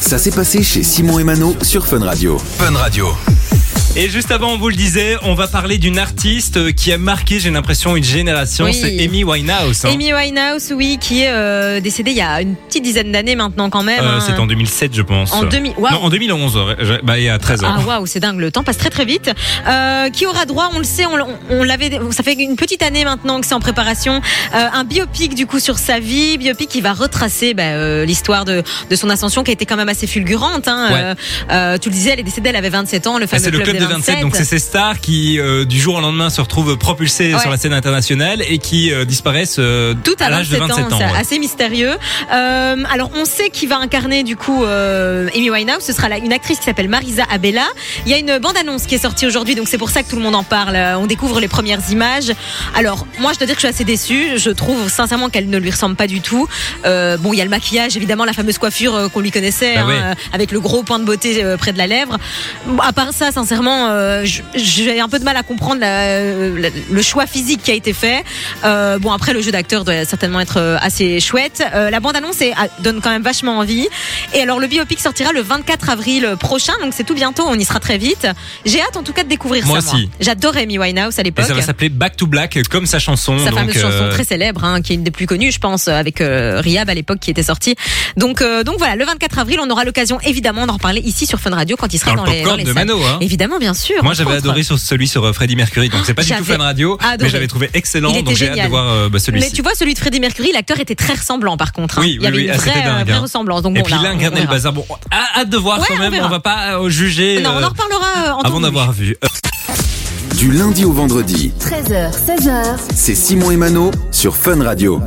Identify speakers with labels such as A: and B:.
A: Ça s'est passé chez Simon et Mano sur Fun Radio. Fun Radio.
B: Et juste avant, on vous le disait, on va parler d'une artiste euh, qui a marqué, j'ai l'impression, une génération.
C: Oui.
B: C'est Amy Winehouse. hein.
C: Amy Winehouse, oui, qui est euh, décédée il y a une petite dizaine d'années maintenant quand même.
B: Euh,
C: hein.
B: C'était en 2007, je pense.
C: En 2000 waouh.
B: Non, en 2011. ouais, je- Bah, il y a 13 ans.
C: Ah waouh, c'est dingue, le temps passe très très vite. Euh, qui aura droit, on le sait, on, l- on- on l'avait, ça fait une petite année maintenant que c'est en préparation, euh, un biopic du coup sur sa vie, biopic qui va retracer bah, euh, l'histoire de, de son ascension qui a été quand même assez fulgurante. Hein.
B: Ouais.
C: Euh, euh, tu le disais, elle est décédée, elle avait 27 ans, le
B: Ah,
C: fameux
B: c'est le club
C: des
B: des 27, donc c'est ces stars qui, euh, du jour au lendemain, se retrouvent propulsées
C: Ouais.
B: sur la scène internationale et qui euh, disparaissent euh,
C: tout à,
B: l'âge de 27 ans.
C: c'est
B: ouais.
C: assez mystérieux. Euh, alors on sait qui va incarner du coup euh, Amy Winehouse, ce sera la- une actrice qui s'appelle Marisa Abella. Il y a une bande-annonce qui est sortie aujourd'hui, donc c'est pour ça que tout le monde en parle. Euh, On découvre les premières images. Alors moi je dois dire que je suis assez déçue, je trouve sincèrement qu'elle ne lui ressemble pas du tout. Euh, bon il y a le maquillage, évidemment la fameuse coiffure euh, qu'on lui connaissait,
B: Bah
C: hein,
B: ouais.
C: euh, avec le gros point de beauté euh, près de la lèvre. Bon, À part ça, sincèrement, euh, j- j'ai un peu de mal à comprendre la- la- le choix physique qui a été fait. Euh, bon, après, le jeu d'acteur doit certainement être euh, assez chouette. Euh, la bande-annonce est- ah, donne quand même vachement envie. Et alors, le biopic sortira le 24 avril prochain, donc c'est tout bientôt, on y sera très vite. J'ai hâte en tout cas de découvrir
B: Moi
C: ça.
B: aussi.
C: J'adorais Amy Winehouse à
B: Et
C: l'époque.
B: ça va s'appeler Back to Black, euh, comme sa chanson.
C: Sa
B: donc,
C: fameuse chanson
B: euh,
C: très célèbre, hein, qui est une des plus connues, je pense, avec euh, Riab à l'époque qui était sortie. Donc, euh, donc voilà, le 24 avril, on aura l'occasion évidemment d'en reparler ici sur Fun Radio quand il sera
B: dans, le
C: dans, les, dans
B: popcorn
C: les
B: de
C: salles.
B: Mano. Hein.
C: Évidemment, bien sûr.
B: Moi,
C: entre
B: j'avais
C: autres.
B: adoré sur celui sur euh, Freddie Mercury, donc c'est pas du tout
C: J'avais
B: Fun Radio, mais
C: adoré.
B: j'avais trouvé excellent,
C: Il était
B: donc j'ai hâte de
C: génial.
B: voir euh, bah,
C: Mais
B: celui-ci.
C: tu vois, celui de Freddie Mercury, l'acteur était très ressemblant par contre. hein.
B: Oui,
C: Il
B: oui,
C: y avait
B: oui,
C: une
B: ah, c'était
C: vraie, euh,
B: dingue,
C: vraie
B: hein.
C: ressemblance. Donc
B: Et
C: bon,
B: puis
C: là,
B: là,
C: on
B: incarner le
C: verra.
B: bazar. Bon, à- hâte de voir
C: Ouais,
B: quand
C: on
B: même.
C: verra.
B: On va pas euh, juger
C: Non, on
B: euh,
C: en reparlera euh, en temps
B: avant
C: voulu.
B: d'avoir vu.
A: Du lundi au vendredi,
D: 13h, 16h,
A: c'est Simon et Mano sur Fun Radio.